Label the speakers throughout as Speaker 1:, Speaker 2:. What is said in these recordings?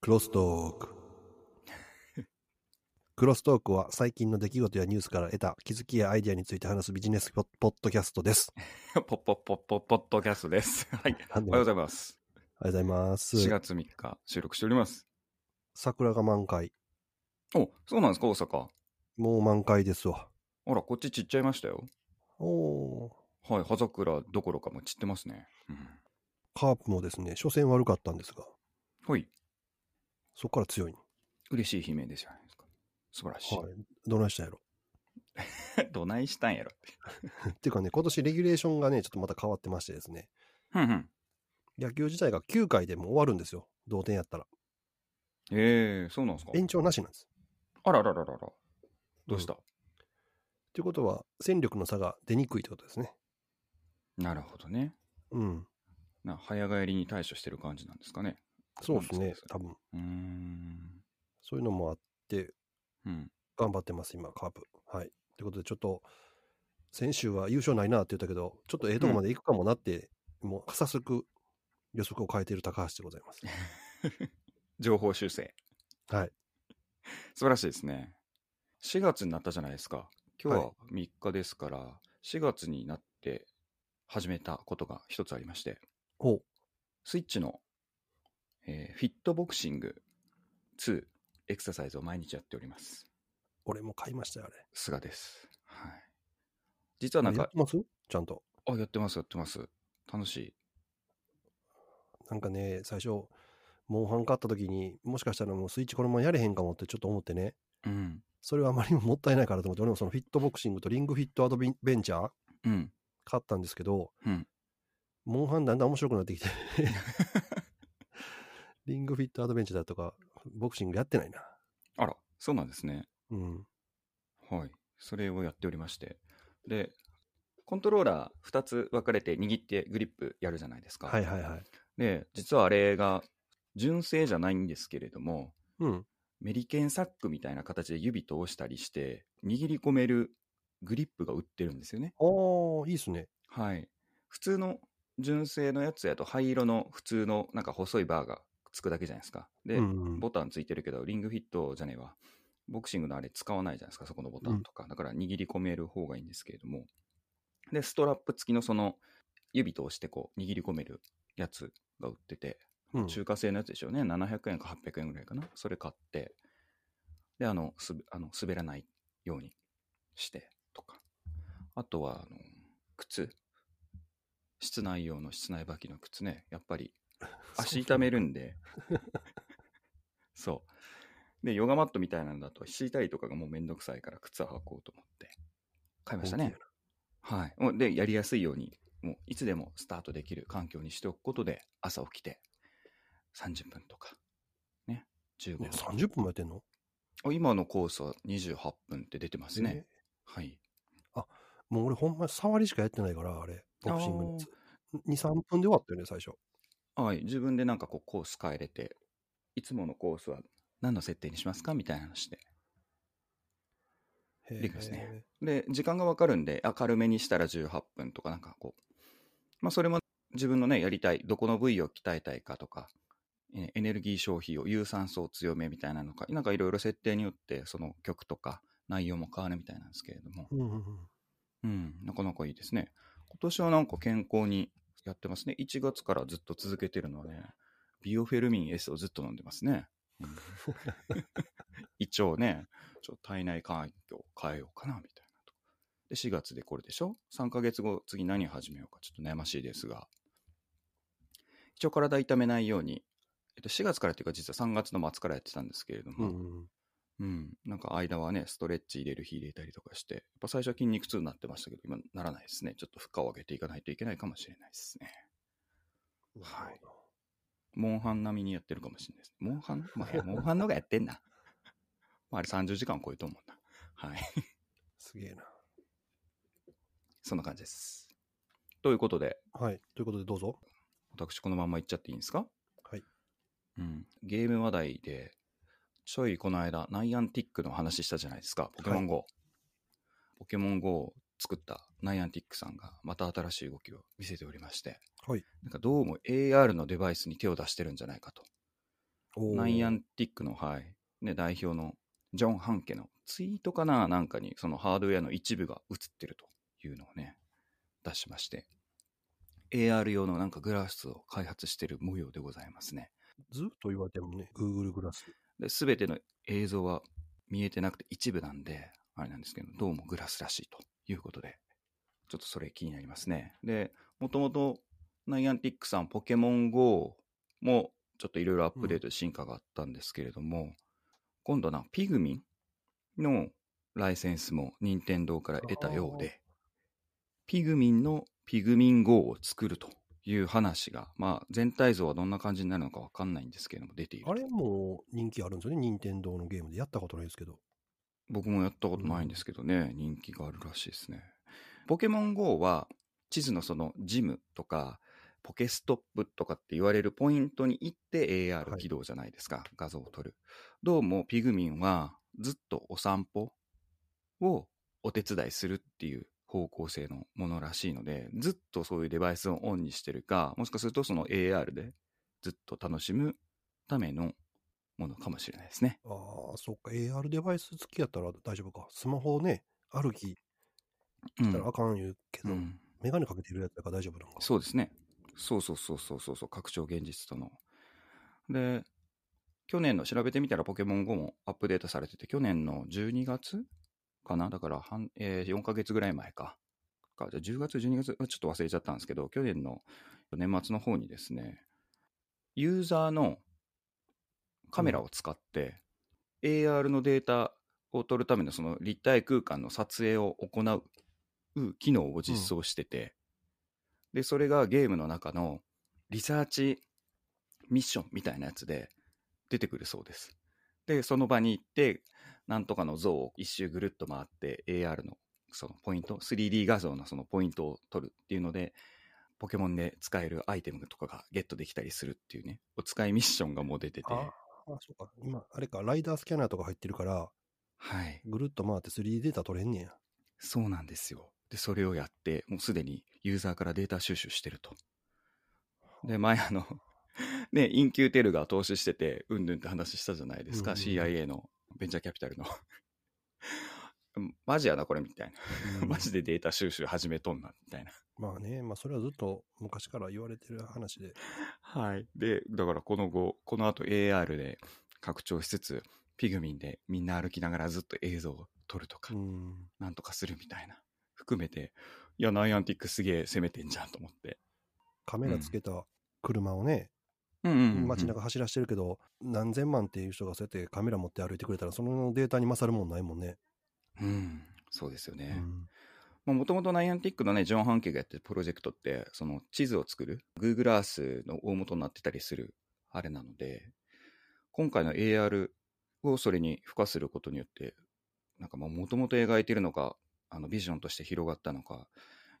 Speaker 1: クロストーク。 クロストークは最近の出来事やニュースから得た気づきやアイデアについて話すビジネスポッポッドキャストです。
Speaker 2: ポッポッポッポッポッドキャストです。 はい。
Speaker 1: な
Speaker 2: お
Speaker 1: んで
Speaker 2: はよ
Speaker 1: も
Speaker 2: うございます。
Speaker 1: ありがとうございます。
Speaker 2: 4月3日収録しております。
Speaker 1: 桜が満開。
Speaker 2: お、そうなんですか、大阪。
Speaker 1: もう満開ですわ。
Speaker 2: あら、こっち散っちゃいましたよ。
Speaker 1: おー。
Speaker 2: はい、葉桜どころかも散ってますね。うん。
Speaker 1: カープもですね、初戦悪かったんですが、
Speaker 2: ほい。
Speaker 1: そこから強いね、
Speaker 2: 嬉しい悲鳴ですじゃないですか。素晴らしい。
Speaker 1: はい。どないしたんやろ。
Speaker 2: どないしたんやろって。
Speaker 1: っていうかね、今年レギュレーションがね、ちょっとまた変わってましてですね、
Speaker 2: ふんふん。
Speaker 1: 野球自体が9回でもう終わるんですよ。同点やったら。
Speaker 2: ええそうなんですか。
Speaker 1: 延長なしなんです。
Speaker 2: あらららららら。どうした、
Speaker 1: ということは、戦力の差が出にくいということですね。
Speaker 2: なるほどね。
Speaker 1: うん。
Speaker 2: な早帰りに対処してる感じなんですかね。
Speaker 1: そうです
Speaker 2: そう
Speaker 1: ね
Speaker 2: です、
Speaker 1: 多分。
Speaker 2: うーん。
Speaker 1: そういうのもあって、
Speaker 2: うん。
Speaker 1: 頑張ってます、今、カープ。はい。ということで、ちょっと、先週は優勝ないなって言ったけど、ちょっとええとこまで行くかもなって、もう、早速、予測を変えている高橋でござい ます。
Speaker 2: 情報修正。
Speaker 1: はい。
Speaker 2: 素晴らしいですね。4月になったじゃないですか。今日
Speaker 1: は
Speaker 2: は3日ですから、4月になって始めたことが一つありまして、
Speaker 1: お
Speaker 2: スイッチの、えーフィットボクシング2エクササイズを毎日やっております。
Speaker 1: 俺も買いましたよ、あれ。
Speaker 2: 菅です。はい。実はなん
Speaker 1: やっ
Speaker 2: か
Speaker 1: て、ますちゃんと。
Speaker 2: あ、やってます、やってます。楽しい。
Speaker 1: なんかね、最初、モンハン買った時に、もしかしたらもうスイッチこのままやれへんかもってちょっと思ってね、
Speaker 2: うん。
Speaker 1: それはあまりにももったいないからと思って、俺もそのフィットボクシングとリングフィットアドベンベンチャー
Speaker 2: うん。
Speaker 1: 買ったんですけど、
Speaker 2: うん
Speaker 1: モンハンだんだん面白くなってき て、リングフィットアドベンチャーだとか、ボクシングやってないな。
Speaker 2: あら、そうなんですね。
Speaker 1: うん。
Speaker 2: はい。それをやっておりまして。で、コントローラー2つ分かれて握ってグリップやるじゃないですか。
Speaker 1: はいはいはい。
Speaker 2: で、実はあれが純正じゃないんですけれども、
Speaker 1: うん。
Speaker 2: メリケンサックみたいな形で指通したりして、握り込めるグリップが売ってるんですよね。
Speaker 1: ああ、いいっすね。
Speaker 2: はい。普通の純正のやつやと灰色の普通のなんか細いバーがつくだけじゃないですか。で、
Speaker 1: うんうん、
Speaker 2: ボタンついてるけど、リングフィットじゃねえわ。ボクシングのあれ使わないじゃないですか、そこのボタンとか。だから握り込める方がいいんですけれども。で、ストラップ付きのその指通してこう握り込めるやつが売ってて、
Speaker 1: うん
Speaker 2: 中華製のやつでしょうね。700円か800円ぐらいかな。それ買って、で、あの、すべあの滑らないようにしてとか。あとは、あの、靴。室内用の室内履きの靴ね。やっぱり足痛めるんで。そう。で、ヨガマットみたいなのだと敷いたりとかがもうめんどくさいから靴は履こうと思って買いましたね。はい。もうで、やりやすいように、もういつでもスタートできる環境にしておくことで、朝起きて30分とか、ね、15
Speaker 1: ね
Speaker 2: 分。
Speaker 1: 30分もやってんの
Speaker 2: あ今のコースは28分って出てます
Speaker 1: え
Speaker 2: ね。はい。
Speaker 1: もう俺ほんま触りしかやってないから、あれ。ボクシングのやつ。2、3分で終わったよね、最初。
Speaker 2: はい。自分でなんかこうコース変えれて、いつものコースは何の設定にしますかみたいな話で。
Speaker 1: へー
Speaker 2: できますね。で、時間がわかるんで、明るめにしたら18分とか、なんかこう、まあ、それも自分のね、やりたい、どこの部位を鍛えたいかとか、えーエネルギー消費を有酸素を強めみたいなのか、なんかいろいろ設定によって、その曲とか内容も変わるみたいなんですけれども、
Speaker 1: うんうんうん。
Speaker 2: うん、なかなかいいですね。今年はなんか健康にやってますね。1月からずっと続けてるのはね、ビオフェルミン S をずっと飲んでますね。うん胃腸ね、ちょっと体内環境を変えようかな、みたいなと。で、4月でこれでしょ ?3 ヶ月後、次何始めようか、ちょっと悩ましいですが。一応体痛めないように、えっと、4月からっていうか実は3月の末からやってたんですけれど
Speaker 1: う
Speaker 2: も、
Speaker 1: んうんうん。
Speaker 2: うん、なんか間はね、ストレッチ入れる日入れたりとかして、やっぱ最初は筋肉痛になってましたけど、今ならないですね。ちょっと負荷を上げていかないといけないかもしれないですね。はいモンハン並みにやってるかもしれないです。モンハンまあいや、モンハンの方がやってんな。 まあ、あれ30時間超えと思うな。はい。
Speaker 1: すげえな。
Speaker 2: そんな感じです。ということで、
Speaker 1: はい。ということで、どうぞ。
Speaker 2: 私このまんま行っちゃっていいんですか
Speaker 1: はい。
Speaker 2: うん。ゲーム話題で、ちょいこの間、ナイアンティックの話したじゃないですか。ポケモン GO。ポケモン GO を作ったナイアンティックさんが、また新しい動きを見せておりまして。
Speaker 1: はい。
Speaker 2: なんかどうも AR のデバイスに手を出してるんじゃないかと。ナイア
Speaker 1: ン。
Speaker 2: ンティックの、はい、ね、代表のジョン・ハンケのツイートかななんかに、そのハードウェアの一部が映ってるというのをね、出しまして、AR 用のなんかグラスを開発してる模様でございますね。
Speaker 1: ずっと言われてもね、Google グラス。
Speaker 2: で、すべての映像は見えてなくて一部なんで、あれなんですけど、どうもグラスらしいということで、ちょっとそれ気になりますね。で、もともとナイアンティックさん、ポケモン GO もちょっといろいろアップデート、進化があったんですけれども、今度な、ピグミンのライセンスも任天堂から得たようで、ピグミンのピグミン GO を作るという話が、まあ全体像はどんな感じになるのかわかんないんですけれども、出ていると
Speaker 1: あれも人気あるんですよね、任天堂のゲームで。やったことないですけど。
Speaker 2: 僕もやったことないんですけどね、人気があるらしいですね。ポケモン GO は、地図のそのジムとか、ポケストップとかって言われるポイントに行って AR
Speaker 1: はい
Speaker 2: 起動じゃないですか、画像を撮る。どうもピグミンはずっとお散歩をお手伝いするっていう方向性のものらしいので、ずっとそういうデバイスをオンにしてるか、もしかするとその AR でずっと楽しむためのものかもしれないですね。
Speaker 1: ああ、そっか、AR デバイス付きやったら大丈夫か。スマホね、歩き
Speaker 2: う
Speaker 1: したら
Speaker 2: ん
Speaker 1: あかん言うけど、
Speaker 2: うん
Speaker 1: メガネかけてるやつだから大丈夫なのか。
Speaker 2: そうですね。そうそうそうそうそうそう、拡張現実との。で、去年の調べてみたらポケモン GO もアップデートされてて、去年の12月かなだから半、えー4ヶ月ぐらい前か。かじゃあ10月、12月、あちょっと忘れちゃったんですけど、去年の年末の方にですね、ユーザーのカメラを使って、AR のデータを取るためのその立体空間の撮影を行う機能を実装してて、で、それがゲームの中のリサーチミッションみたいなやつで出てくるそうです。で、その場に行って、なんとかの像を一周ぐるっと回って、AR のそのポイント、3D 画像のそのポイントを取るっていうので、ポケモンで使えるアイテムとかがゲットできたりするっていうね、お使いミッションがもう出てて、
Speaker 1: ああ、そうか。今、あれか、ライダースキャナーとか入ってるから、
Speaker 2: はい。
Speaker 1: ぐるっと回って 3D データ取れんね や。
Speaker 2: そうなんですよ。で、それをやって、もうすでにユーザーからデータ収集してると。で、前あの、 ね、インキューテルが投資してて、うんぬんって話したじゃないですか、
Speaker 1: うんうんうん
Speaker 2: CIA のベンチャーキャピタルの。 マジやな、これみたいな。
Speaker 1: うん
Speaker 2: マジでデータ収集始めとんな、みたいな。
Speaker 1: まあね、まあそれはずっと昔から言われてる話で。
Speaker 2: はい。で、だからこの後、この後 AR で拡張しつつ、ピグミンでみんな歩きながらずっと映像を撮るとか
Speaker 1: う、ん。
Speaker 2: なんとかするみたいな、含めて、いや、ナイアンティックすげえ攻めてんじゃんと思って。
Speaker 1: カメラつけた車をね、
Speaker 2: うんうんうんうん
Speaker 1: 街中走らしてるけど、何千万っていう人がそうやってカメラ持って歩いてくれたら、そのデータに勝るもんないもんね。
Speaker 2: うん、そうですよ
Speaker 1: う
Speaker 2: ね。
Speaker 1: ん。
Speaker 2: もともとナイアンティックのね、ジョン・ハンケがやってるプロジェクトって、その地図を作る、Google Earth の大元になってたりするあれなので、今回の AR をそれに付加することによって、なんかもともと描いてるのか、あのビジョンとして広がったのか、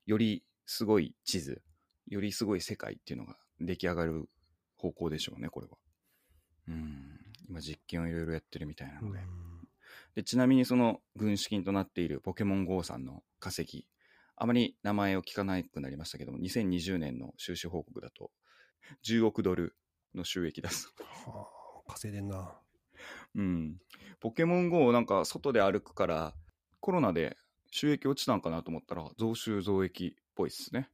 Speaker 2: よりすごい地図、よりすごい世界っていうのが出来上がる方向でしょうね、これは。うん、今実験をいろいろやってるみたいなので。で、ちなみにその軍資金となっているポケモン GO さんの化石、あまり名前を聞かなくなりましたけども、2020年の収支報告だと、10億ドルの収益だそう。
Speaker 1: はあ、稼いでんな。
Speaker 2: うん。ポケモン GO なんか外で歩くから、コロナで収益落ちたんかなと思ったら、増収増益っぽいっすね。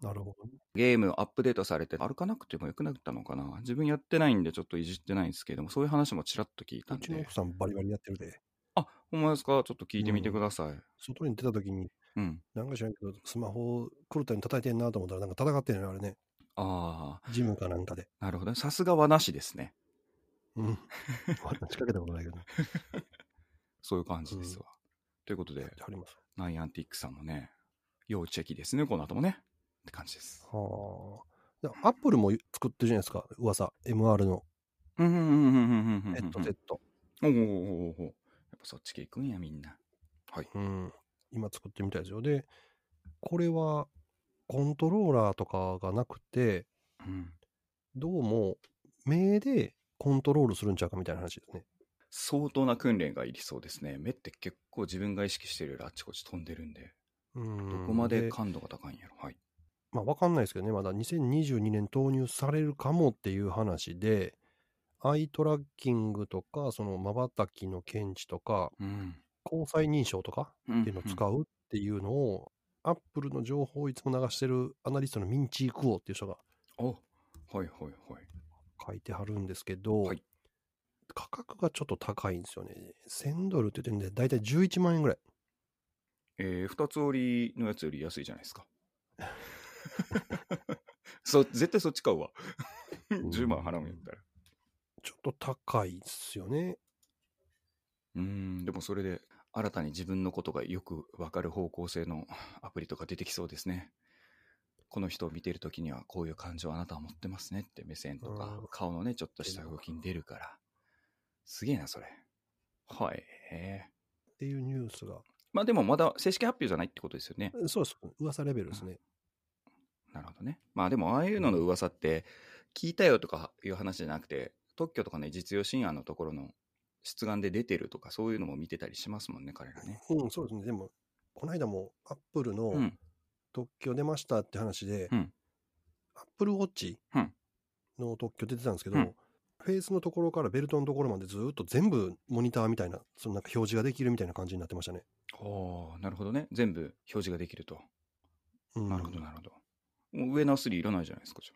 Speaker 1: なるほどね。
Speaker 2: ゲームアップデートされて歩かなくてもよくなったのかな自分やってないんでちょっといじってないんですけれども、そういう話もちらっと聞いた
Speaker 1: うんちの
Speaker 2: で
Speaker 1: 奥。さんバリバリやってるで。
Speaker 2: あ、ほんまですかちょっと聞いてみてください。
Speaker 1: 外に出た時に、
Speaker 2: うん
Speaker 1: なんか知らんけど、スマホを黒田に叩いてんなと思ったら、なんか戦ってんのよ、あれね。
Speaker 2: ああ。
Speaker 1: ジムかなんかで。
Speaker 2: なるほどね。さすがはなしですね。
Speaker 1: うん。仕掛けたことないけど。
Speaker 2: そういう感じですわ。ということで、
Speaker 1: あります。
Speaker 2: ナイアンティックさんもね、要チェキですね、この後もね。って感じです。
Speaker 1: はあ。でアップルも作ってるじゃないですか、噂。MR の
Speaker 2: うんうんうんうんうんうんうん。
Speaker 1: ヘッドセット。
Speaker 2: おおおおおおやっぱそっち系行くんや、みんな。
Speaker 1: うん。今作ってみたいですよ。で、これはコントローラーとかがなくて、
Speaker 2: うん。
Speaker 1: どうも目でコントロールするんちゃうかみたいな話ですね。
Speaker 2: 相当な訓練がいりそうですね。目って結構自分が意識してるよりあっちこっち飛んでるんで、
Speaker 1: うん
Speaker 2: どこまで感度が高いんやろ。はい。
Speaker 1: まあ、わかんないですけどね、まだ2022年投入されるかもっていう話で、アイトラッキングとか、その瞬きの検知とか、
Speaker 2: うん。
Speaker 1: 交際認証とか
Speaker 2: うん
Speaker 1: っていうのを使うっていうのを、アップルの情報をいつも流してるアナリストのミンチークオーっていう人が
Speaker 2: うんおはいはいはい。
Speaker 1: 書いてはるんですけど、
Speaker 2: はい
Speaker 1: 価格がちょっと高いんですよね。1000ドルって言ってるんで、だいたい11万円ぐらい。
Speaker 2: えー、二つ折りのやつより安いじゃないですか。 そ絶対そっち買うわ。10万払うんやったら。
Speaker 1: ちょっと高いですよね。
Speaker 2: うん、でもそれで新たに自分のことがよくわかる方向性の アプリとか出てきそうですね。この人を見てるときにはこういう感情をあなたは持ってますねって目線とか
Speaker 1: うん
Speaker 2: 顔のねちょっとした動きに出るから。すげえな、それ。はい。えー
Speaker 1: っていうニュースが。
Speaker 2: まあでもまだ正式発表じゃないってことですよね。
Speaker 1: そうです。噂レベルですね。
Speaker 2: なるほどね。まあでもああいうのの噂って聞いたよとかいう話じゃなくて特許とかね実用新案のところの出願で出てるとかそういうのも見てたりしますもんね、彼らね。
Speaker 1: うん、そうですね。でも、この間もアップルの
Speaker 2: うん。
Speaker 1: 特許出ましたって話で、
Speaker 2: うん
Speaker 1: アップルウォッチ
Speaker 2: うん
Speaker 1: の特許出てたんですけど、
Speaker 2: うん
Speaker 1: フェイスのところからベルトのところまでずーっと全部モニターみたいな、そのなんか表示ができるみたいな感じになってましたね。
Speaker 2: おーなるほどね。全部表示ができると。
Speaker 1: うん、
Speaker 2: なるほど、なるほど。もう上の3いらないじゃないですか、じ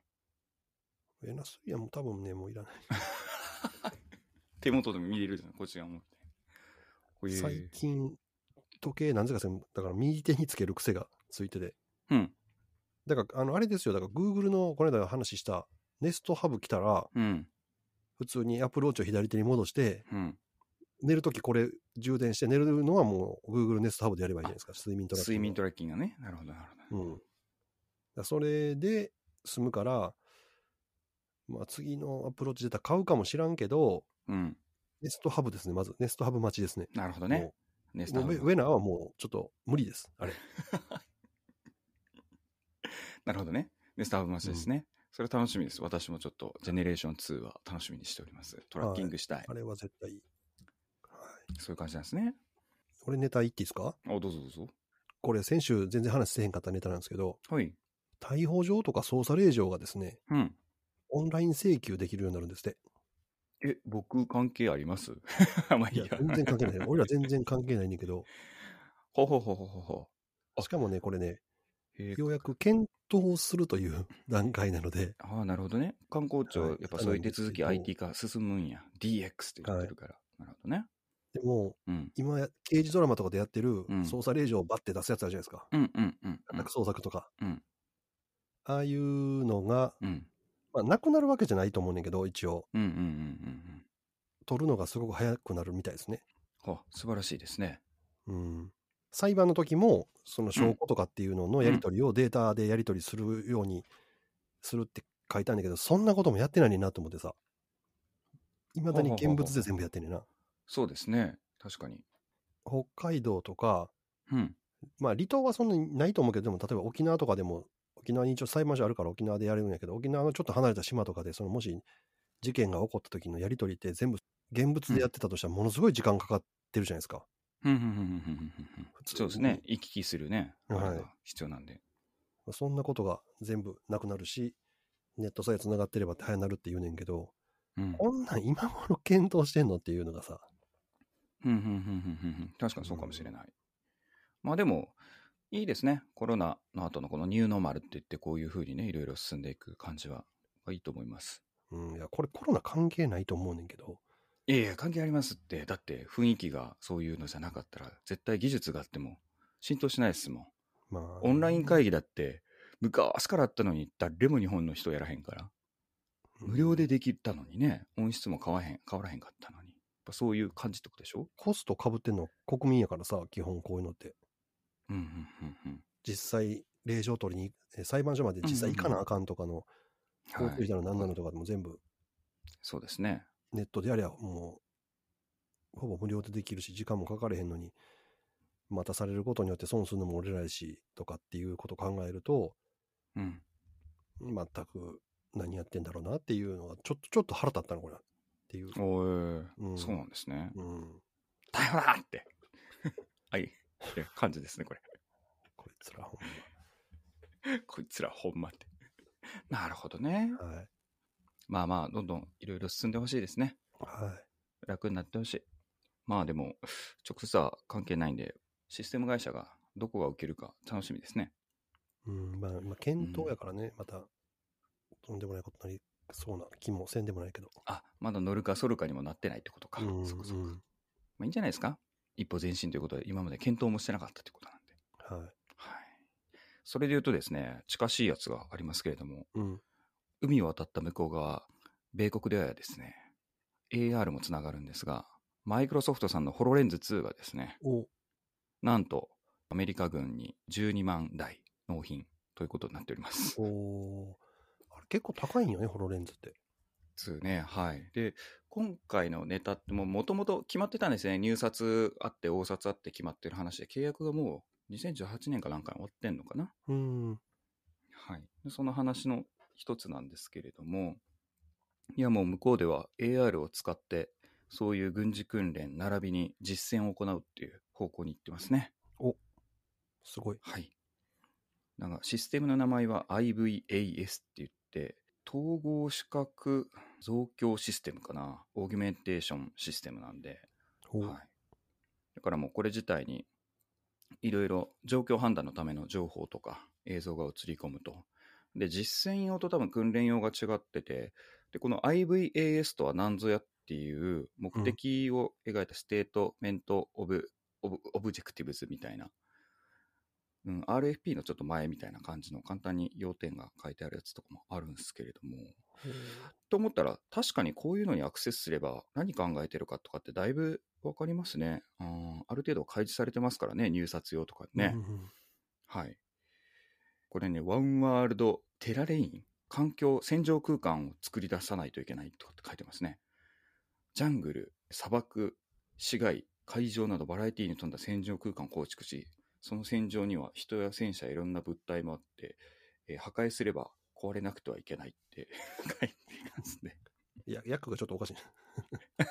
Speaker 2: ゃ
Speaker 1: エナスリアも多分ね、もういらない。
Speaker 2: あ手元でも見れるじゃん、こっちが思って。こういう
Speaker 1: 最近、時計、なんぜかせん、だから右手につける癖がついてて。
Speaker 2: うん、
Speaker 1: だから、あの、あれですよ、だから Google のこの間話した、ネストハブ来たら、
Speaker 2: うん、
Speaker 1: 普通にアプローチを左手に戻して、
Speaker 2: うん。
Speaker 1: 寝るときこれ充電して寝るのはもう Google ネストハブでやればいいじゃないですか、睡眠トラック。
Speaker 2: 睡眠トラッキングがね。なるほど、なるほど。
Speaker 1: うん。だからそれで済むから、まあ次のアプローチ出たら買うかもしらんけど、
Speaker 2: うん、
Speaker 1: ネストハブですね、まず。ネストハブ待ちですね。
Speaker 2: なるほどね。ネ
Speaker 1: も
Speaker 2: ス
Speaker 1: う。
Speaker 2: タ
Speaker 1: も
Speaker 2: ハ
Speaker 1: うウェ
Speaker 2: ブ
Speaker 1: ウェナーはもうちょっと無理です。あれ。
Speaker 2: なるほどね。ネスタハブマスですね。それ楽しみです。私もちょっと、ジェネレーション2は楽しみにしております。トラッキングしたい。
Speaker 1: あれは絶対いい。はい、
Speaker 2: そういう感じなんですね。
Speaker 1: 俺ネタ言っていいですか
Speaker 2: あ、どうぞどうぞ。
Speaker 1: これ先週全然話せへんかったネタなんですけど、
Speaker 2: はい。
Speaker 1: 逮捕状とか捜査令状がですね、
Speaker 2: うん。
Speaker 1: オンライン請求できるようになるんですって。
Speaker 2: え、僕関係あります まあい
Speaker 1: い
Speaker 2: い
Speaker 1: や
Speaker 2: や、。
Speaker 1: 全然関係ない。俺ら全然関係ないねんだけど、
Speaker 2: ほうほうほうほうほうほあ
Speaker 1: しかもね、これね、
Speaker 2: う。へえ
Speaker 1: ようやく検討するという 段階なので、
Speaker 2: ああ、なるほどね。観光庁、
Speaker 1: はい
Speaker 2: やっぱそういう手続き
Speaker 1: そうなんです
Speaker 2: IT 化進むんや。DX って言ってるから。なるほどね。
Speaker 1: でも、
Speaker 2: うん。
Speaker 1: 今や、刑事ドラマとかでやってる
Speaker 2: ん
Speaker 1: 捜査令状をバッて出すやつあるじゃないですか。
Speaker 2: うんうんうん
Speaker 1: 家宅捜索とか。
Speaker 2: うん
Speaker 1: ああいうのが、
Speaker 2: うん。うん
Speaker 1: まあ、なくなるわけじゃないと思うねんけど、一応、
Speaker 2: うんうんうんうん
Speaker 1: 取るのがすごく早くなるみたいですね。
Speaker 2: うん。あ、素晴らしいですね。
Speaker 1: うん。裁判の時も、その証拠とかっていうののやり取りをデータでやり取りするようにするって書いたんだけど、そんなこともやってないねんなと思ってさ。いまだに現物で全部やってんねんな。
Speaker 2: そうですね。確かに。
Speaker 1: 北海道とか、
Speaker 2: うん。
Speaker 1: まあ離島はそんなにないと思うけど、でも例えば沖縄とかでも、沖縄に一応裁判所あるから沖縄でやれるんやけど、沖縄のちょっと離れた島とかで、そのもし事件が起こった時のやり取りって全部現物でやってたとしたらものすごい時間かかってるじゃないですか。
Speaker 2: うんうんうんうんうんうん
Speaker 1: 普通に
Speaker 2: そうですね。行き来するね。あれ
Speaker 1: はい
Speaker 2: が必要なんで。
Speaker 1: そんなことが全部なくなるし、ネットさえ繋がってればって早なるって言うねんけど、
Speaker 2: うん。
Speaker 1: こんなん今頃検討してんのっていうのがさ、
Speaker 2: うんうんうんうんうんうん確かにそうかもしれない。まあでも、いいですね。コロナの後のこのニューノーマルって言って、こういうふうにね、いろいろ進んでいく感じは、いいと思います。
Speaker 1: うん、いや、これコロナ関係ないと思うねんけど、
Speaker 2: いやいや、関係ありますって。だって、雰囲気がそういうのじゃなかったら、絶対技術があっても浸透しないですもん。
Speaker 1: まあ、
Speaker 2: オンライン会議だって、昔からあったのに、誰も日本の人やらへんから。無料でできたのにね、音質も変わへん、変わらへんかったのに。やっぱそういう感じってことでしょ
Speaker 1: コストかぶってんの国民やからさ、基本こういうのって。
Speaker 2: うんうんうんうん。
Speaker 1: 実際、令状取りに、え裁判所まで実際行かなあかんとかの、
Speaker 2: はい
Speaker 1: 交通費だの何なのとかでも全部
Speaker 2: そうですね。
Speaker 1: ネットでやりゃもう、ほぼ無料でできるし、時間もかかれへんのに、待たされることによって損するのも俺らやし、とかっていうことを考えると、
Speaker 2: うん。
Speaker 1: 全く何やってんだろうなっていうのが、ちょっと、ちょっと腹立ったの、これ。っていう。
Speaker 2: お
Speaker 1: うん
Speaker 2: そうなんですね。
Speaker 1: うん。
Speaker 2: 逮捕だって はい。って感じですね、これ。
Speaker 1: こいつら、ほん
Speaker 2: こいつらほんまって。なるほどね。
Speaker 1: ま。はい。
Speaker 2: まあまあ、どんどんいろいろ進んでほしいですね。
Speaker 1: は
Speaker 2: 楽になってほしい。まあでも、直接は関係ないんで、システム会社がどこが受けるか楽しみですね。
Speaker 1: い。うん、まあ、今、検討やからね、また、とんでもないことになりそうな気もせんでもないけど。
Speaker 2: あ、まだ乗るか反るかにもなってないってことか。
Speaker 1: うん
Speaker 2: そっかそっか。
Speaker 1: うん
Speaker 2: まあいいんじゃないですか一歩前進ということで、今まで検討もしてなかったということなんで。
Speaker 1: はい。
Speaker 2: はい。それで言うとですね、近しいやつがありますけれども、
Speaker 1: うん。
Speaker 2: 海を渡った向こう側、米国ではですね、AR もつながるんですが、マイクロソフトさんのホロレンズ2がですね、
Speaker 1: お、
Speaker 2: なんとアメリカ軍に12万台納品ということになっております。
Speaker 1: おーあれ結構高いんよね、ホロレンズって。
Speaker 2: 2ね、はい。で、今回のネタってもうもともと決まってたんですね。入札あって、応札あって決まってる話で、契約がもう2018年かなんかに終わってんのかな。
Speaker 1: うん。
Speaker 2: はい、でその話の一つなんですけれども、いやもう向こうでは AR を使って、そういう軍事訓練並びに実践を行うっていう方向に行ってますね。
Speaker 1: すごい。
Speaker 2: はい。なんかシステムの名前は IVAS って言って、統合視覚増強システムかな。オーギュメンテーションシステムなんで、
Speaker 1: お
Speaker 2: はい、だからもうこれ自体にいろいろ状況判断のための情報とか映像が映り込むと。で、実践用と多分訓練用が違ってて、で、この IVAS とは何ぞやっていう目的を描いたステートメントオブ、オブ、オブジェクティブズみたいな、うん、RFP のちょっと前みたいな感じの簡単に要点が書いてあるやつとかもあるんですけれども、と思ったら、確かにこういうのにアクセスすれば、何考えてるかとかってだいぶわかりますね。うんある程度開示されてますからね、入札用とかね。
Speaker 1: うんうん
Speaker 2: はい。これね、ワンワールドテラレイン、環境、戦場空間を作り出さないといけないとかって書いてますね。ジャングル、砂漠、市街、海上などバラエティに富んだ戦場空間を構築し、その戦場には人や戦車やいろんな物体もあって、えー破壊すれば壊れなくてはいけないって 書いてますね。
Speaker 1: いや、役がちょっとおかしい。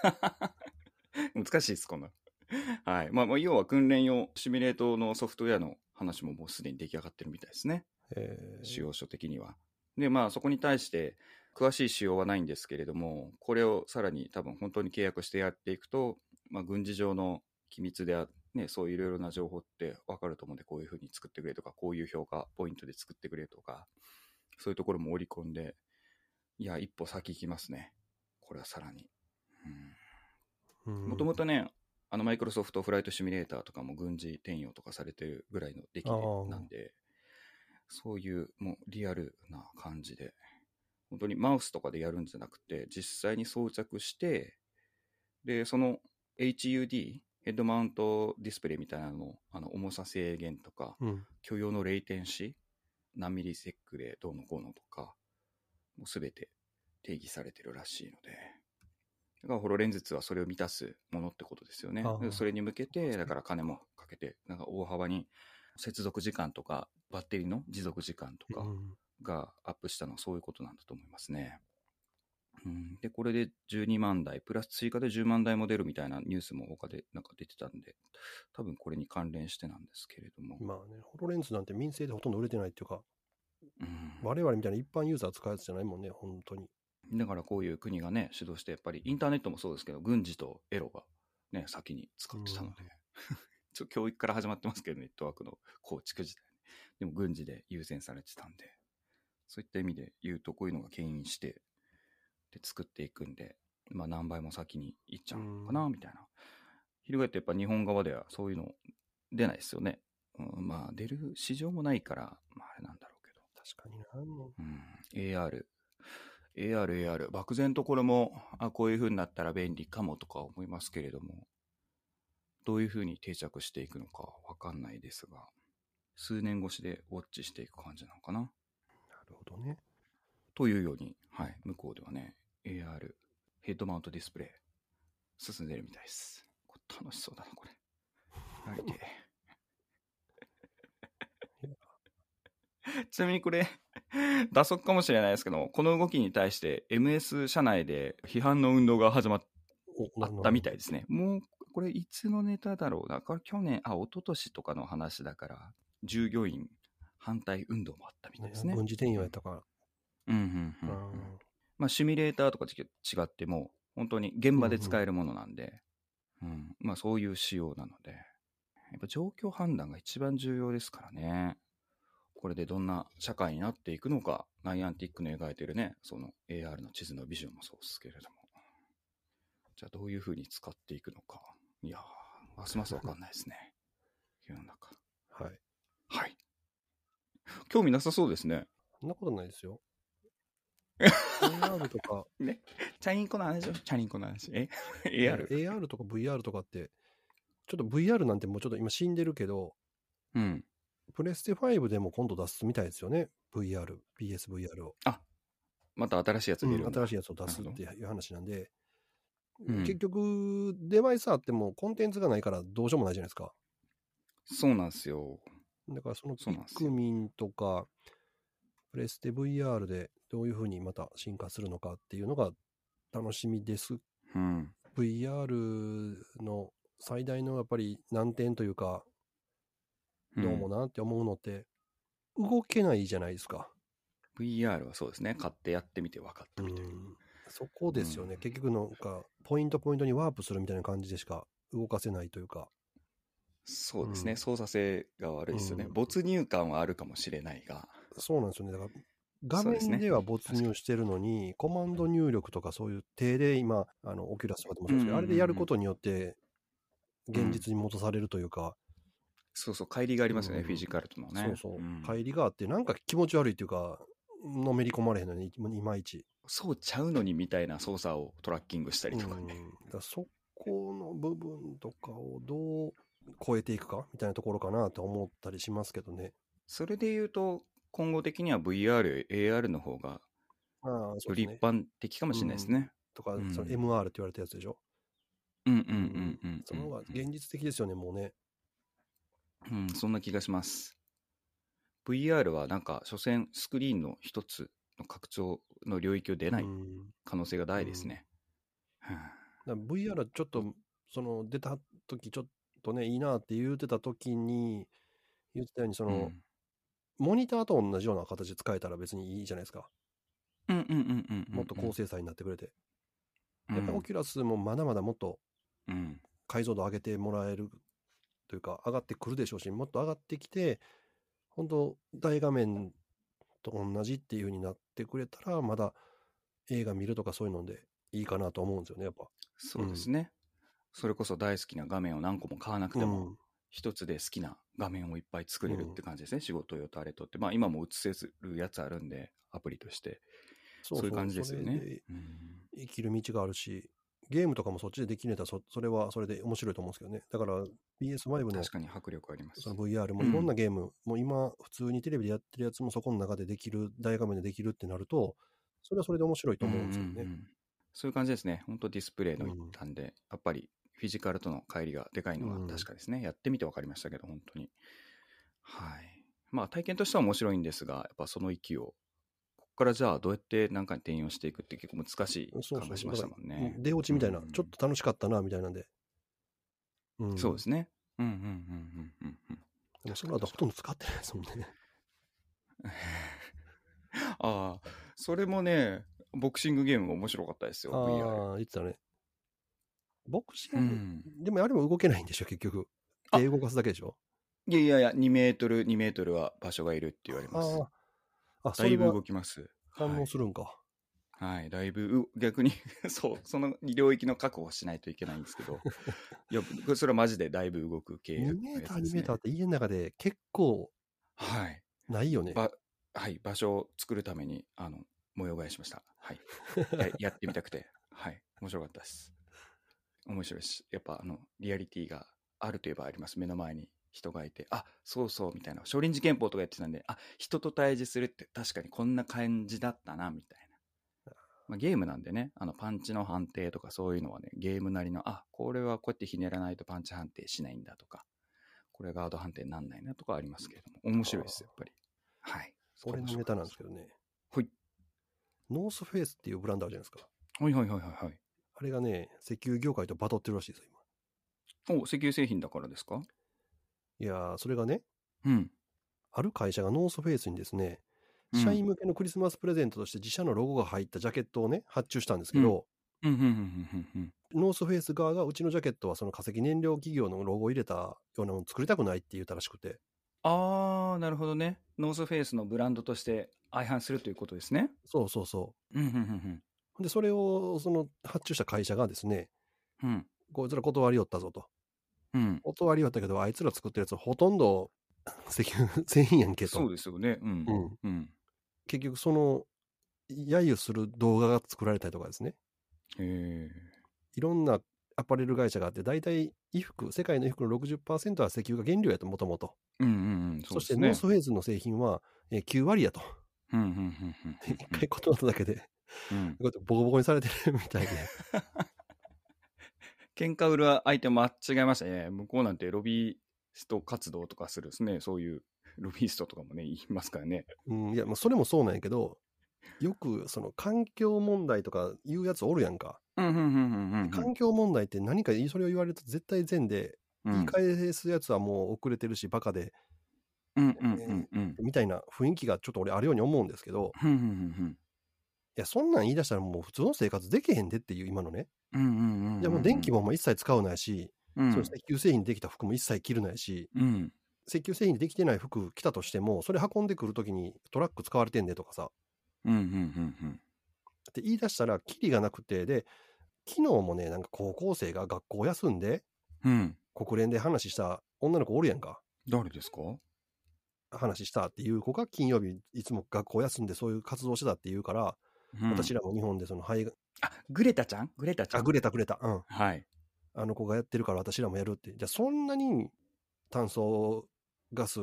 Speaker 2: 難しいです、こんなの。はい。まあ、まあ要は訓練用、シミュレートのソフトウェアの話ももうすでに出来上がってるみたいですね。
Speaker 1: えー
Speaker 2: 使用書的には。で、まあ、そこに対して、詳しい仕様はないんですけれども、これをさらに多分本当に契約してやっていくと、まあ、軍事上の機密であ、ね、そういろいろな情報って分かると思うんで、こういうふうに作ってくれとか、こういう評価ポイントで作ってくれとか、そういうところも織り込んで、いや、一歩先行きますね。これはさらに。うんもともとね、あのマイクロソフトフライトシミュレーターとかも軍事転用とかされてるぐらいの出来
Speaker 1: あー
Speaker 2: なんで、そういうもうリアルな感じで、本当にマウスとかでやるんじゃなくて、実際に装着して、で、その HUD、ヘッドマウントディスプレイみたいなののあの重さ制限とか、
Speaker 1: うん、うん。
Speaker 2: 許容のレイテンシー、何ミリセックでどうのこうのとか、もうすべて定義されてるらしいので、だからホロレンズ2はそれを満たすものってことですよね
Speaker 1: あ。ー
Speaker 2: でそれに向けて、だから金もかけて、なんか大幅に接続時間とか、バッテリーの持続時間とか
Speaker 1: うん
Speaker 2: がアップしたのはそういうことなんだと思いますね。うん、で、これで12万台、プラス追加で10万台も出るみたいなニュースも他でなんか出てたんで、多分これに関連してなんですけれども。
Speaker 1: まあね、ホロレンズなんて民生でほとんど売れてないっていうか、
Speaker 2: うん
Speaker 1: 我々みたいな一般ユーザー使うやつじゃないもんね、本当に。
Speaker 2: だからこういう国がね、主導して、やっぱりインターネットもそうですけど、軍事とエロがね、先に使ってたので、
Speaker 1: う
Speaker 2: ちょ教育から始まってますけど、ネットワークの構築自体ね。でも軍事で優先されてたんで、そういった意味で言うと、こういうのが牽引して、で、作っていくんで、まあ何倍も先にいっちゃうのかな、
Speaker 1: う
Speaker 2: みたいな。翻ってやっぱ日本側ではそういうの出ないですよね。うん、まあ出る市場もないから、まああれなんだろうけど。
Speaker 1: 確かにな。もう
Speaker 2: うん、AR。AR、AR。漠然とこれも、あ、こういう風になったら便利かもとか思いますけれども、どういう風に定着していくのかわかんないですが、数年越しでウォッチしていく感じなのかな。
Speaker 1: なるほどね。
Speaker 2: というように、はい、向こうではね、AR、ヘッドマウントディスプレイ、進んでるみたいです。これ楽しそうだな、これ。やりてえちなみにこれ、打足かもしれないですけども、この動きに対して MS 社内で批判の運動が始まっ
Speaker 1: お
Speaker 2: あ
Speaker 1: なるほ
Speaker 2: っ
Speaker 1: ど
Speaker 2: たみたいですね。もう、これいつのネタだろうな。これ去年、あ、一昨年とかの話だから、従業員反対運動もあったみたいですね。
Speaker 1: 軍事転用やったから。
Speaker 2: うんうんうんうん
Speaker 1: うん
Speaker 2: ままあ、シミュレーターとかと違っても、本当に現場で使えるものなんで、うん、まあ、そういう仕様なので、やっぱ状況判断が一番重要ですからね。これでどんな社会になっていくのか、ナイアンティックの描いてるね、その AR の地図のビジョンもそうですけれども。じゃあどういうふうに使っていくのか。いやー、ますますわかんないですね。 世の中。
Speaker 1: はい。
Speaker 2: はい。興味なさそうですね。
Speaker 1: そんなことないです よ。AR とか、
Speaker 2: チャリンコの話をチャリンコの話。 え
Speaker 1: AR,
Speaker 2: ?AR?
Speaker 1: AR とか VR とかって、ちょっと VR なんてもうちょっと今死んでるけど、
Speaker 2: うん。
Speaker 1: プレステ5でも今度出すみたいですよね。VR、PSVR を。
Speaker 2: また新しいやつ出るんだ、
Speaker 1: 新しいやつを出すっていう話なんで、
Speaker 2: うん
Speaker 1: 結局、デバイスあってもコンテンツがないからどうしようもないじゃないですか。
Speaker 2: そうなんですよ。
Speaker 1: だからそのピ
Speaker 2: そうなんです
Speaker 1: ク
Speaker 2: よ
Speaker 1: ミンとか、プレステ VR でどういうふうにまた進化するのかっていうのが楽しみです。
Speaker 2: うん。
Speaker 1: VR の最大のやっぱり難点というか、どうも
Speaker 2: な。
Speaker 1: なって思うのって、動けないじゃないですか。
Speaker 2: VR はそうですね。買ってやってみて分かったみたいな。
Speaker 1: そこですよね。
Speaker 2: うん
Speaker 1: 結局なんか、ポイントポイントにワープするみたいな感じでしか動かせないというか。
Speaker 2: そうですね、
Speaker 1: うん
Speaker 2: 操作性が悪いですよね、
Speaker 1: うん
Speaker 2: 没入感はあるかもしれないが、
Speaker 1: そうなんですよね。だから、画
Speaker 2: そうですね
Speaker 1: 面では没入してるのに、コマンド入力とかそういう手で今、あの、オキュラスとかでもそうですけど、
Speaker 2: うん
Speaker 1: あ
Speaker 2: うんうん
Speaker 1: れでやることによって、現実に戻されるというか、
Speaker 2: そうそう、乖離がありますよね、
Speaker 1: うん
Speaker 2: フィジカルとのね。
Speaker 1: そうそう、
Speaker 2: ん
Speaker 1: 帰りがあって、なんか気持ち悪いというか、のめり込まれへんのに、いまいち。
Speaker 2: そうちゃうのにみたいな操作をトラッキングしたりとかね。
Speaker 1: うんだからそこの部分とかをどう超えていくかみたいなところかなと思ったりしますけどね。
Speaker 2: それで言うと、今後的には VR、AR の方が
Speaker 1: ああ、そ
Speaker 2: よ
Speaker 1: うで
Speaker 2: り
Speaker 1: す
Speaker 2: 一
Speaker 1: ね。
Speaker 2: 般的かもしれないですね。
Speaker 1: とか、
Speaker 2: うん
Speaker 1: その MR って言われたやつでしょ。
Speaker 2: うんうんうんうんうん。
Speaker 1: その方が現実的ですよね、もうね。
Speaker 2: うん、そんな気がします。VR はなんか、所詮スクリーンの一つの拡張の領域を出ない
Speaker 1: うん
Speaker 2: 可能性が大ですね。はあ
Speaker 1: だから VR はちょっと、その出た時ちょっとね、いいなって言ってた時に、言ってたように、その、
Speaker 2: うん
Speaker 1: モニターと同じような形で使えたら別にいいじゃないですか。
Speaker 2: うんうんうんうんうん
Speaker 1: もっと高精細になってくれて。
Speaker 2: うん
Speaker 1: やっぱりオキュラスもまだまだもっと
Speaker 2: うん
Speaker 1: 解像度上げてもらえるというか、上がってくるでしょうし、もっと上がってきて、本当大画面と同じっていう風になってくれたら、まだ映画見るとかそういうのでいいかなと思うんですよね、やっぱ。
Speaker 2: そうですね、それこそ大好きな画面を何個も買わなくて
Speaker 1: う
Speaker 2: も、
Speaker 1: ん
Speaker 2: 一つで好きな画面をいっぱい作れるって感じですね、仕事用とあれとって。まあ今も映せるやつあるんで、アプリとして。
Speaker 1: そ
Speaker 2: そういう感じですよ
Speaker 1: それ
Speaker 2: ね
Speaker 1: で。
Speaker 2: うん
Speaker 1: 生きる道があるし、ゲームとかもそっちでできるんだったらそ、それはそれで面白いと思うんですけどね。だから、PS5 の
Speaker 2: 確かに迫力あります
Speaker 1: そ。の VR も
Speaker 2: うん
Speaker 1: いろんなゲーム、もう今、普通にテレビでやってるやつもそこの中でできる、大画面でできるってなると、それはそれで面白いと思うんですよね。
Speaker 2: うんうんうんそういう感じですね。本当ディスプレイの一端で、やっぱりフィジカルとの乖離がでかいのは
Speaker 1: うん
Speaker 2: 確かですね。やってみて分かりましたけど、本当に。はい。まあ体験としては面白いんですが、やっぱその域を、ここからじゃあどうやって何かに転用していくって結構難しい
Speaker 1: そうそ
Speaker 2: 感
Speaker 1: う
Speaker 2: がしましたもん
Speaker 1: だから
Speaker 2: ね。
Speaker 1: 出落ちみたいな、
Speaker 2: うん
Speaker 1: ちょっと楽しかったな、みたいなんで。うん。
Speaker 2: そうですすね。うんうんうんうんうんうん。
Speaker 1: でもその後ほとんど使ってないですもん ね。
Speaker 2: ああ、それもね、ボクシングゲーム面白かったですよ、VR。
Speaker 1: ああ、言ってたね。ボクシ
Speaker 2: う
Speaker 1: ング、
Speaker 2: ん、
Speaker 1: でもあれも動けないんでしょ、結局。
Speaker 2: あ
Speaker 1: 手動かすだけでしょ。
Speaker 2: いやいやいや、2メートル、2メートルは場所がいるって言われます。
Speaker 1: ああ、あそ
Speaker 2: だい
Speaker 1: れ
Speaker 2: ぶ動
Speaker 1: は
Speaker 2: きます。
Speaker 1: 反
Speaker 2: は
Speaker 1: 応
Speaker 2: い
Speaker 1: するんか。
Speaker 2: はい、だいぶ、う逆に、 そう、その領域の確保をしないといけないんですけど、いや、僕それはマジでだいぶ動く系の
Speaker 1: 2メー
Speaker 2: や
Speaker 1: タ
Speaker 2: つ
Speaker 1: ー、
Speaker 2: で
Speaker 1: 2
Speaker 2: す
Speaker 1: メ
Speaker 2: ね
Speaker 1: ーターって家の中で結構
Speaker 2: はい、
Speaker 1: ないよね。
Speaker 2: ば、はい、場所を作るために、あの、模様替えしました。はい。ややってみたくて、はい、面白かったです。面白いし、やっぱ、あの、リアリティがあるといえばあります。目の前に人がいて、あ、そうそう、みたいな。少林寺拳法とかやってたんで、あ、人と対峙するって確かにこんな感じだったな、みたいな。まあ、ゲームなんでね、あの、パンチの判定とかそういうのはね、ゲームなりの、あ、これはこうやってひねらないとパンチ判定しないんだとか、これガード判定になんないなとかありますけれども、面白いです、やっぱり。はい。
Speaker 1: 俺のネタなんですけどね。
Speaker 2: ほい。
Speaker 1: ノースフェイスっていうブランドあるじゃないですか。
Speaker 2: はいはいはいはいはい。
Speaker 1: あれがね、石油業界とバトってるらしいですよ、
Speaker 2: お、石油製品だからですか
Speaker 1: 今。いやー、それがね、
Speaker 2: うん。
Speaker 1: ある会社がノースフェイスにですね、
Speaker 2: うん
Speaker 1: 社員向けのクリスマスプレゼントとして自社のロゴが入ったジャケットをね、発注したんですけど、
Speaker 2: うんうんうんうんうん
Speaker 1: ノースフェイス側がうちのジャケットはその化石燃料企業のロゴを入れたようなものを作りたくないって言ったらしくて、
Speaker 2: ああ、なるほどね。ノースフェイスのブランドとして相反するということですね。
Speaker 1: そうそうそ
Speaker 2: うんうんうん
Speaker 1: う。で、それをその発注した会社がですね、
Speaker 2: うんうん
Speaker 1: こいつら断りよったぞと。
Speaker 2: うん。
Speaker 1: 断りよったけど、あいつら作ってるやつほとんど 石油製品やんけと。
Speaker 2: そうですよね。うん。
Speaker 1: うん
Speaker 2: うん。
Speaker 1: 結局その、揶揄する動画が作られたりとかですね。
Speaker 2: へ
Speaker 1: いろんなアパレル会社があって、大体衣服、世界の衣服の60%は石油が原料やと、もともと。
Speaker 2: え。うんうんうん。
Speaker 1: そ,、
Speaker 2: うで
Speaker 1: して
Speaker 2: す
Speaker 1: ノ
Speaker 2: ね
Speaker 1: ースフェイズの製品は、えー9割やと。
Speaker 2: うんうんうんうんうん
Speaker 1: 一回断っただけで、
Speaker 2: うん。
Speaker 1: こうやってボコボコにされてるみたいで。
Speaker 2: 喧嘩売る相手間違えましたね。向こうなんてロビースト活動とかするですね。そういうロビーストとかもね、言いますからね。
Speaker 1: うん、いや、まあ、それもそうなんやけど、よくその環境問題とか言うやつおるやんか。
Speaker 2: うんうんうん
Speaker 1: 環境問題って何かそれを言われると絶対善で、
Speaker 2: うん
Speaker 1: 言い返すやつはもう遅れてるし、バカで、
Speaker 2: うんうんうんうん。
Speaker 1: みたいな雰囲気がちょっと俺あるように思うんですけど、
Speaker 2: うんうん
Speaker 1: いや、そんなん言い出したらもう普通の生活できへんでっていう今のね。
Speaker 2: うんうんうんうんうん。
Speaker 1: いや、もう電気ももう一切使わないし、
Speaker 2: うん、
Speaker 1: その石油製品でできた服も一切着るないし、
Speaker 2: うん。
Speaker 1: 石油製品でできてない服着たとしても、それ運んでくるときにトラック使われてんでとかさ、
Speaker 2: うんうんうんうん。
Speaker 1: って言い出したら、キリがなくて、で、昨日もね、なんか高校生が学校休んで、
Speaker 2: うん。
Speaker 1: 国連で話した女の子おるやんか。
Speaker 2: 誰ですか
Speaker 1: 話したっていう子が金曜日いつも学校休んでそういう活動してたっていうから、私
Speaker 2: ら。
Speaker 1: らも日本でその肺が、
Speaker 2: あ、グレタちゃんグレタちゃん。
Speaker 1: あ、ぐれたぐれた、うん。
Speaker 2: はい。
Speaker 1: あの子がやってるから私らもやるって。じゃあそんなに炭素ガス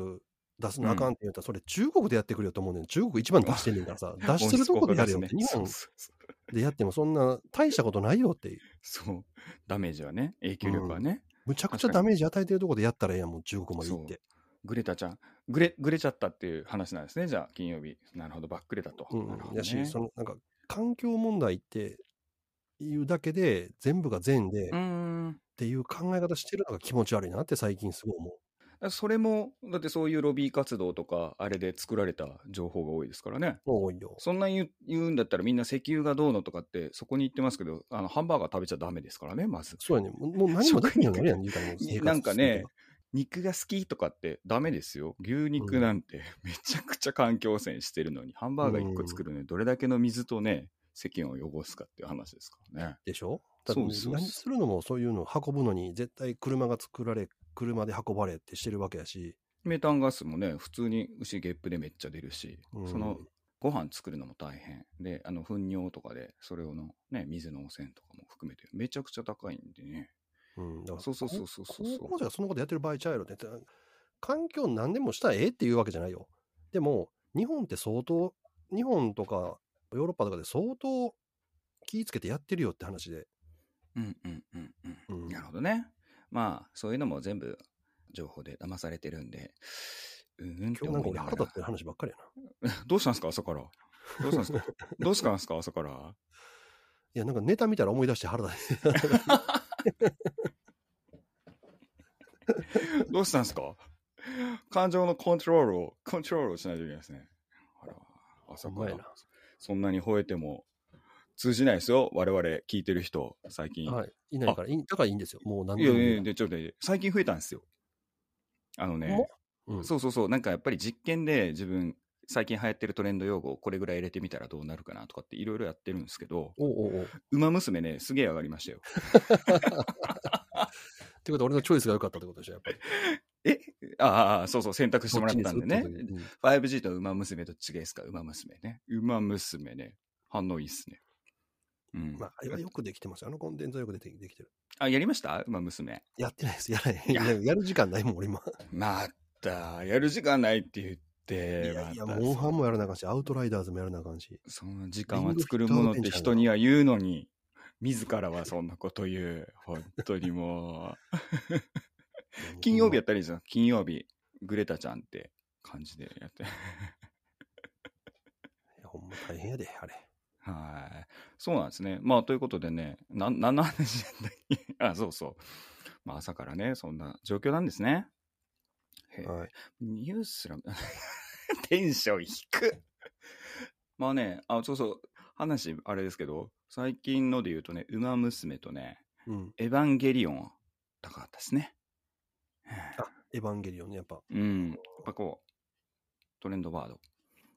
Speaker 1: 出すなあかんって言ったら、それ中国でやってくれよと思うねん。中国一番出してんねんから さ、出してるとこでやれよって。日
Speaker 2: そ
Speaker 1: 本
Speaker 2: うそうそう
Speaker 1: でやってもそんな大したことないよって。
Speaker 2: そう。ダメージはね、影響力はね。
Speaker 1: むちゃくちゃダメージ与えてるとこでやったらええやん、もう中国まで行って。
Speaker 2: グレタちゃん。グレ、グレちゃったっていう話なんですね。じゃあ、金曜日。なるほど、バックレだと。
Speaker 1: うん
Speaker 2: なるほど
Speaker 1: やし、
Speaker 2: ね
Speaker 1: そのなんか環境問題っていうだけで全部が善でっ
Speaker 2: うーん。
Speaker 1: ていう考え方してるのが気持ち悪いなって最近すごい思う。
Speaker 2: それも、だってそういうロビー活動とか、あれで作られた情報が多いですからね。
Speaker 1: 多いよ。
Speaker 2: そんな言う言うんだったらみんな石油がどうのとかってそこに言ってますけど、あの、ハンバーガー食べちゃダメですからね、まず。
Speaker 1: そうやね。もうもう何もできないようになるやん、言うたらもう生活する
Speaker 2: なんか
Speaker 1: け
Speaker 2: ね
Speaker 1: ど、
Speaker 2: 肉が好きとかってダメですよ。牛肉なんて めちゃくちゃ環境汚染してるのに、ハンバーガー1個作るのにどれだけの水とね、世間を汚すかっていう話ですからね。
Speaker 1: でしょだって
Speaker 2: そうですそうです
Speaker 1: 何するのもそういうの運ぶのに絶対車が作られ車で運ばれってしてるわけやし、
Speaker 2: メタンガスもね、普通に牛ゲップでめっちゃ出るし、
Speaker 1: うん
Speaker 2: そのご飯作るのも大変。で、あの、糞尿とかで、それをの、ね、水の汚染とかも含めて、めちゃくちゃ高いんでね。
Speaker 1: うん、だから
Speaker 2: そうそうそうそうそうそう
Speaker 1: 高校生がそんなことやってる場合ちゃうやろって環境何でもしたらええっていうわけじゃないよでも日本って相当日本とかヨーロッパとかで相当気ぃつけてやってるよって話で
Speaker 2: うんうんうん
Speaker 1: う
Speaker 2: う。
Speaker 1: んん
Speaker 2: なるほどね。まあ、そういうのも全部情報で騙されてるんで、うんうんって
Speaker 1: 今日なん
Speaker 2: 思
Speaker 1: か
Speaker 2: い
Speaker 1: 俺
Speaker 2: な
Speaker 1: 腹立
Speaker 2: がら
Speaker 1: って。る話ばっかりやな
Speaker 2: どうしたんですか朝から。どうしたん ですかどうしたんですか朝から。
Speaker 1: いやなんかネタ見たら思い出して腹 立って
Speaker 2: どうしたんですか感情のコントロールを、コントロールをしないといけないですね。あら、朝
Speaker 1: ほん
Speaker 2: か
Speaker 1: ま
Speaker 2: ら
Speaker 1: やな。
Speaker 2: そんなに吠えても通じないですよ。我々聞いてる人、最近。
Speaker 1: はいいないからいいだからいいんですよもう何
Speaker 2: い
Speaker 1: で
Speaker 2: や
Speaker 1: も
Speaker 2: いやいや
Speaker 1: い
Speaker 2: で、ちょっと待って、最近増えたんですよ。あのね、
Speaker 1: おうん
Speaker 2: そうそうそう、なんかやっぱり実験で自分、最近流行ってるトレンド用語をこれぐらい入れてみたらどうなるかなとかっていろいろやってるんですけど、
Speaker 1: おうおうおうって
Speaker 2: 馬娘ね、すげえ上がりましたよ。
Speaker 1: ことは俺のチョイスが良かったってことでしょやっぱり
Speaker 2: えああああ、そうそう、選択 してもらったんでね
Speaker 1: そっち。にするってことでうん
Speaker 2: 5G と馬娘と違いですか馬娘ね。馬娘ね。反応いいっすね。うん。
Speaker 1: まあ、あれはよくできてますよ。あのコンテンツはよくできできてる。
Speaker 2: あ、やりました馬娘。
Speaker 1: やってないです。やらない。
Speaker 2: いや
Speaker 1: ややる時間ないもん、俺今。
Speaker 2: また、やる時間ないって言って。
Speaker 1: いやいや、
Speaker 2: また
Speaker 1: モンハンもやらなあかんし、アウトライダーズもやらなあかんし。
Speaker 2: その時間は作るものって人には言うのに、自らはそんなこと言う。本当にも う。 金曜日やったらいいじゃん。金曜日、グレタちゃんって感じでやって。
Speaker 1: いやほんま大変やで、あれ。
Speaker 2: はい。そうなんですね。まあ、ということでね、な、何の話だったっけ あ、そうそう。まあ、朝からね、そんな状況なんですね。へえ
Speaker 1: はい。
Speaker 2: ニュースラム、テンション低く。まあね、あ、そうそう、話、あれですけど、最近ので言うとね、ウマ娘とね、
Speaker 1: うん。
Speaker 2: エヴァンゲリオン、高かったですね。
Speaker 1: エヴァンゲリオンね、やっぱ。
Speaker 2: うん。やっぱこう、トレンドワード。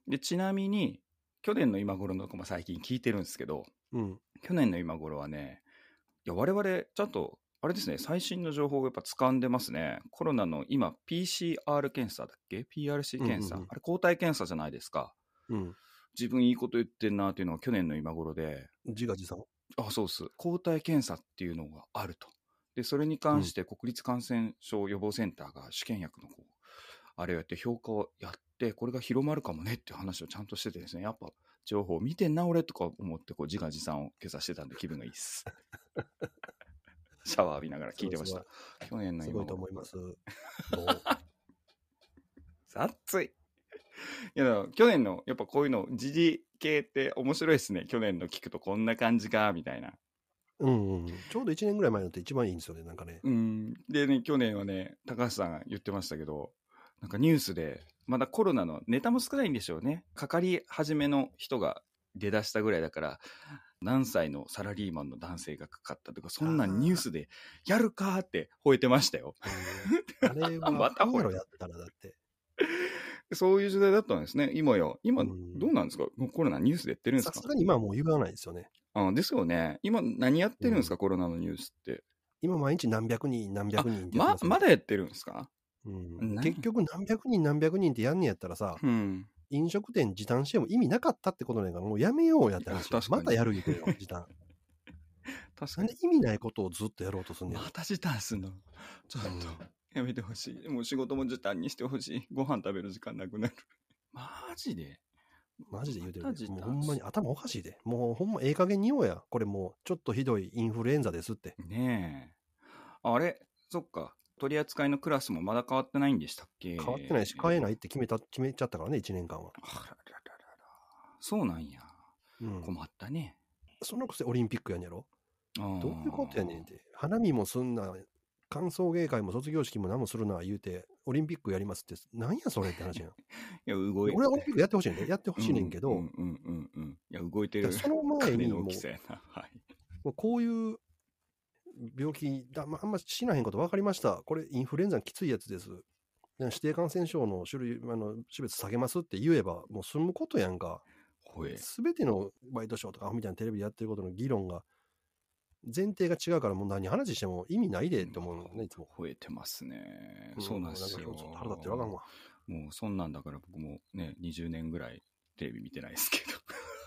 Speaker 2: で、ちなみに、去年の今頃のとかも最近聞いてるんですけど、
Speaker 1: うん。
Speaker 2: 去年の今頃はね、いや、我々、ちゃんと、あれですね、最新の情報をやっぱ掴んでますね。コロナの今、PCR 検査だっけ ?PRC 検査、
Speaker 1: うんうんうん
Speaker 2: あれ、抗体検査じゃないですか。
Speaker 1: うん。
Speaker 2: 自分いいこと言ってんなっていうのが去年の今頃で、
Speaker 1: 自画自賛。
Speaker 2: あ、そうっす。抗体検査っていうのがあると。で、それに関して国立感染症予防センターが試験薬のこう、あれをやって評価をやって、これが広まるかもねっていう話をちゃんとしててですね、やっぱ情報見てんな俺とか思ってこう自画自賛を今朝してたんで気分がいい っす。シャワー浴びながら聞いてました。去年の
Speaker 1: すご
Speaker 2: 今
Speaker 1: い
Speaker 2: 頃
Speaker 1: と思います。どう
Speaker 2: 雑い。 いや、だから去年の、やっぱこういうの、時事系って面白いですね。去年の聞くとこんな感じか、みたいな。
Speaker 1: うんうん。ちょうど1年ぐらい前のって一番いいんですよね、なんかね。
Speaker 2: うん。でね、去年はね、高橋さんが言ってましたけど、なんかニュースで、まだコロナのネタも少ないんでしょうね。かかり始めの人が出だしたぐらいだから、何歳のサラリーマンの男性がかかったとか、そんな
Speaker 1: あー
Speaker 2: ニュースで、やるかーって吠えてましたよ。
Speaker 1: うんあれは、
Speaker 2: またほ
Speaker 1: ほ
Speaker 2: ら
Speaker 1: らやったらだって。
Speaker 2: そういう時代だったんですね、今や。今、
Speaker 1: うん
Speaker 2: どうなんですかもうコロナニュースでやってるんです
Speaker 1: さ
Speaker 2: か
Speaker 1: すがに今はもう言わないですよね。
Speaker 2: あですよね。今、何やってるんですか、コロナのニュースって。
Speaker 1: 今毎日何百人何百人ってやって
Speaker 2: ま
Speaker 1: ま、すね
Speaker 2: まだやってるんですか
Speaker 1: うん
Speaker 2: 何
Speaker 1: 結局何百人何百人ってやんねやったらさ、
Speaker 2: うん。
Speaker 1: 飲食店時短しても意味なかったってことなんやから、もうやめようやって話
Speaker 2: いや確かに
Speaker 1: またやる言うてんよ、時短。
Speaker 2: 確か
Speaker 1: なん
Speaker 2: に
Speaker 1: で。意味ないことをずっとやろうとすんねん
Speaker 2: ま。た時短すんの。ちょっと
Speaker 1: うん、
Speaker 2: やめてほしい。もう仕事も時短にしてほしい。ご飯食べる時間なくなる。マジで
Speaker 1: マジで言うてる
Speaker 2: また
Speaker 1: で。
Speaker 2: 時
Speaker 1: も
Speaker 2: 短
Speaker 1: うほんまに頭おかしいで。もうほんまええ加減に言おうや。これもうちょっとひどいインフルエンザですって。
Speaker 2: ねえ。あれそっか。取り扱いのクラスもまだ変わってないんでしたっけ
Speaker 1: 変わってないし、変え
Speaker 2: い。
Speaker 1: ないって決めた、決めちゃったからね、1年間は。
Speaker 2: あらららららそうなんや。
Speaker 1: うん。
Speaker 2: 困ったね。
Speaker 1: そのくせオリンピックやんやろ。
Speaker 2: ど
Speaker 1: どういうことやねんって。花見もすんな、歓送迎会も卒業式も何もするな言うて、オリンピックやりますって、なんやそれって話やん。
Speaker 2: いや、動いて
Speaker 1: 俺はオリンピックやってほしいねんで、やってほしいねんけど、
Speaker 2: うんうんうんうん。いや、動いて
Speaker 1: だ
Speaker 2: る。
Speaker 1: からその前
Speaker 2: 金
Speaker 1: に
Speaker 2: の
Speaker 1: もう
Speaker 2: 大きさやな。はい。
Speaker 1: もうこういう病気だ、まあ、あんま死なへんこと分かりました、これインフルエンザのきついやつです、で指定感染症の種類、あの種別下げますって言えば、もう済むことやんか、
Speaker 2: ほえ。
Speaker 1: すべてのワイドショーとか、アホみたいなテレビでやってることの議論が、前提が違うから、もう何話しても意味ないでって思うのね、いつも。
Speaker 2: 吠えてますね。そうなんですよ
Speaker 1: もうか。腹立ってわかんわ。
Speaker 2: もうそんなんだから僕もね、20年ぐらいテレビ見てないですけ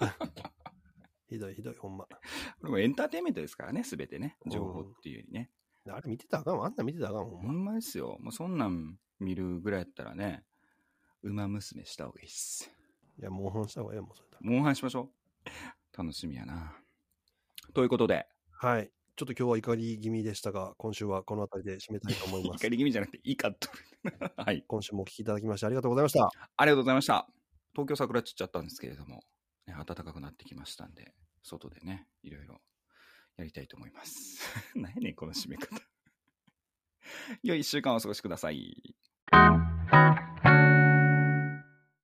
Speaker 2: ど。
Speaker 1: ひどいひどい、ほんま。
Speaker 2: これもエンターテインメントですからね、すべてね。情報っていうよりね。
Speaker 1: あれ見てたらあかんわ、あんなん見てたらあかんわ、ほん
Speaker 2: ほ
Speaker 1: ま。
Speaker 2: んまですよ。もうそんなん見るぐらいやったらね、馬娘した方がいいっす。
Speaker 1: いや、もう話した方がええもん、それだ
Speaker 2: モンハンしましょう。楽しみやな。ということで、
Speaker 1: はい。ちょっと今日は怒り気味でしたが、今週はこの辺りで締めたいと思います
Speaker 2: 怒。り気味じゃなくて、いいかと。 はい。
Speaker 1: 今週もお聞きいただきましてありがとうございました。
Speaker 2: ありがとうございました。東京桜散っちゃったんですけれども、ね、暖かくなってきましたんで、外でね、いろいろやりたいと思います。 何やねん、 この締め方。良い一週間お過ごしください。